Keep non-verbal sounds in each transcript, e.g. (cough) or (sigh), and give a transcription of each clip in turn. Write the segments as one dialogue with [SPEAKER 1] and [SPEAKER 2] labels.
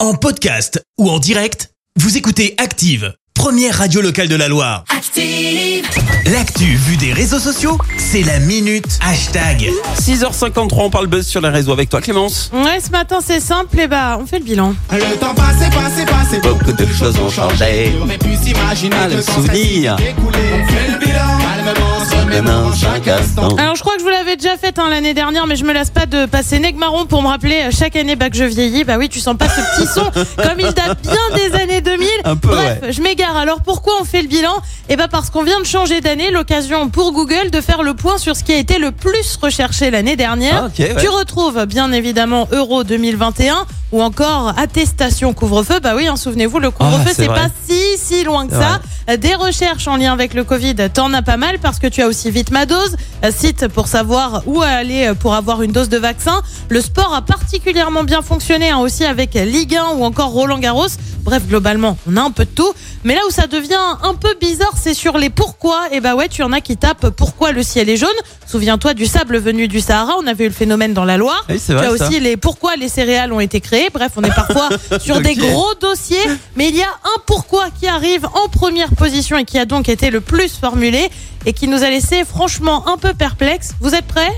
[SPEAKER 1] En podcast ou en direct, vous écoutez Active, première radio locale de la Loire.
[SPEAKER 2] Active.
[SPEAKER 1] L'actu vue des réseaux sociaux, c'est la minute hashtag.
[SPEAKER 3] 6h53, on parle buzz sur les réseaux avec toi Clémence.
[SPEAKER 4] Ouais, ce matin c'est simple et bah on fait le bilan.
[SPEAKER 5] Le temps passé, passé, passé,
[SPEAKER 3] Beaucoup de choses ont changé.
[SPEAKER 5] On aurait pu s'imaginer
[SPEAKER 3] Ah,
[SPEAKER 5] que
[SPEAKER 3] le
[SPEAKER 5] le temps s'est
[SPEAKER 3] souvenir.
[SPEAKER 5] écoulé. On fait le bilan, calmement,
[SPEAKER 3] Maintenant,
[SPEAKER 5] sereinement,
[SPEAKER 3] chaque instant.
[SPEAKER 4] Alors je crois que je vous l'avais déjà faite hein, l'année dernière, mais je me lasse pas de passer Negmaron pour me rappeler euh, chaque année bah, que je vieillis. Bah oui, tu sens pas ce petit
[SPEAKER 3] (laughs)
[SPEAKER 4] son comme il date bien des années 2000.
[SPEAKER 3] Un peu,
[SPEAKER 4] Bref,
[SPEAKER 3] ouais.
[SPEAKER 4] je m'égare. Alors pourquoi on fait le bilan Eh bah parce qu'on vient de changer d'année, l'occasion pour Google de faire le point sur ce qui a été le plus recherché l'année dernière.
[SPEAKER 3] Ah, ok, ouais.
[SPEAKER 4] Tu retrouves bien évidemment Euro 2021 ou encore attestation couvre-feu. Bah oui, hein, souvenez-vous, le couvre-feu
[SPEAKER 3] Ah, c'est
[SPEAKER 4] c'est
[SPEAKER 3] vrai.
[SPEAKER 4] pas si si loin que
[SPEAKER 3] C'est
[SPEAKER 4] ça. Euh, Des recherches en lien avec le Covid, t'en as pas mal parce que tu as aussi vite ma dose, euh, site pour savoir où aller euh, pour avoir une dose de vaccin. Le sport a particulièrement bien fonctionné hein, aussi avec Ligue 1 ou encore Roland Garros. Bref, globalement, on a un peu de tout. Mais là où ça devient un peu bizarre, c'est sur les pourquoi. Et bah ouais, tu en as qui tapent pourquoi le ciel est jaune. Souviens-toi du sable venu du Sahara, on avait eu le phénomène dans la Loire.
[SPEAKER 3] Oui, c'est
[SPEAKER 4] Tu
[SPEAKER 3] vrai,
[SPEAKER 4] as
[SPEAKER 3] ça.
[SPEAKER 4] aussi les pourquoi les céréales ont été créées. Bref, on
[SPEAKER 3] (laughs)
[SPEAKER 4] est parfois sur
[SPEAKER 3] Ok.
[SPEAKER 4] des gros dossiers, mais il y a un pourquoi qui arrive en première position et qui a donc été le plus formulé et qui nous a laissé franchement un peu perplexes. Vous êtes prêts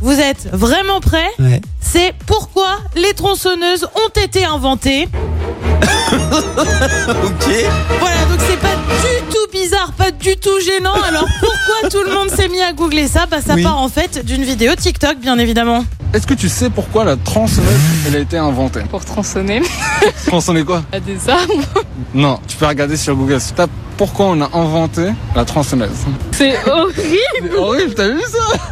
[SPEAKER 4] Vous êtes vraiment prêts
[SPEAKER 3] Ouais.
[SPEAKER 4] C'est pourquoi les tronçonneuses ont
[SPEAKER 3] (laughs)
[SPEAKER 4] été inventées.
[SPEAKER 3] Ok.
[SPEAKER 4] Voilà, donc c'est pas du tout bizarre, pas du tout gênant. Alors pourquoi tout le monde s'est mis à googler ça Bah ça
[SPEAKER 3] Oui.
[SPEAKER 4] part en fait d'une vidéo TikTok, bien évidemment.
[SPEAKER 6] Est-ce que tu sais pourquoi la tronçonneuse elle a été inventée
[SPEAKER 7] pour tronçonner
[SPEAKER 6] (laughs) Tronçonner quoi
[SPEAKER 7] à des arbres.
[SPEAKER 6] Non, tu peux regarder sur Google. Tu tapes pourquoi on a inventé la tronçonneuse.
[SPEAKER 7] C'est horrible.
[SPEAKER 6] C'est horrible, t'as vu ça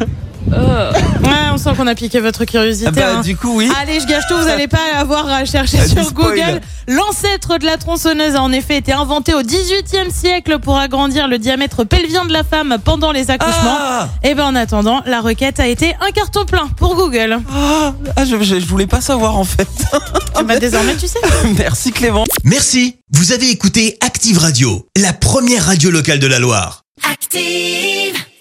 [SPEAKER 7] Oh.
[SPEAKER 4] Ouais, on sent qu'on a piqué votre curiosité.
[SPEAKER 3] Ah bah
[SPEAKER 4] hein.
[SPEAKER 3] du coup oui.
[SPEAKER 4] Allez, je gâche tout, vous n'allez pas avoir à chercher
[SPEAKER 3] Ah, du
[SPEAKER 4] sur
[SPEAKER 3] spoil.
[SPEAKER 4] Google. L'ancêtre de la tronçonneuse a en effet été inventé au 18e siècle pour agrandir le diamètre pelvien de la femme pendant les accouchements.
[SPEAKER 3] Ah,
[SPEAKER 4] Et ben en attendant, la requête a été un carton plein pour Google.
[SPEAKER 3] ah, ah, je, je- je voulais pas savoir en fait. (laughs)
[SPEAKER 4] Ah bah, désormais, tu sais.
[SPEAKER 3] Merci Clémence.
[SPEAKER 1] Merci, vous avez écouté Active Radio, la première radio locale de la Loire.
[SPEAKER 2] Active.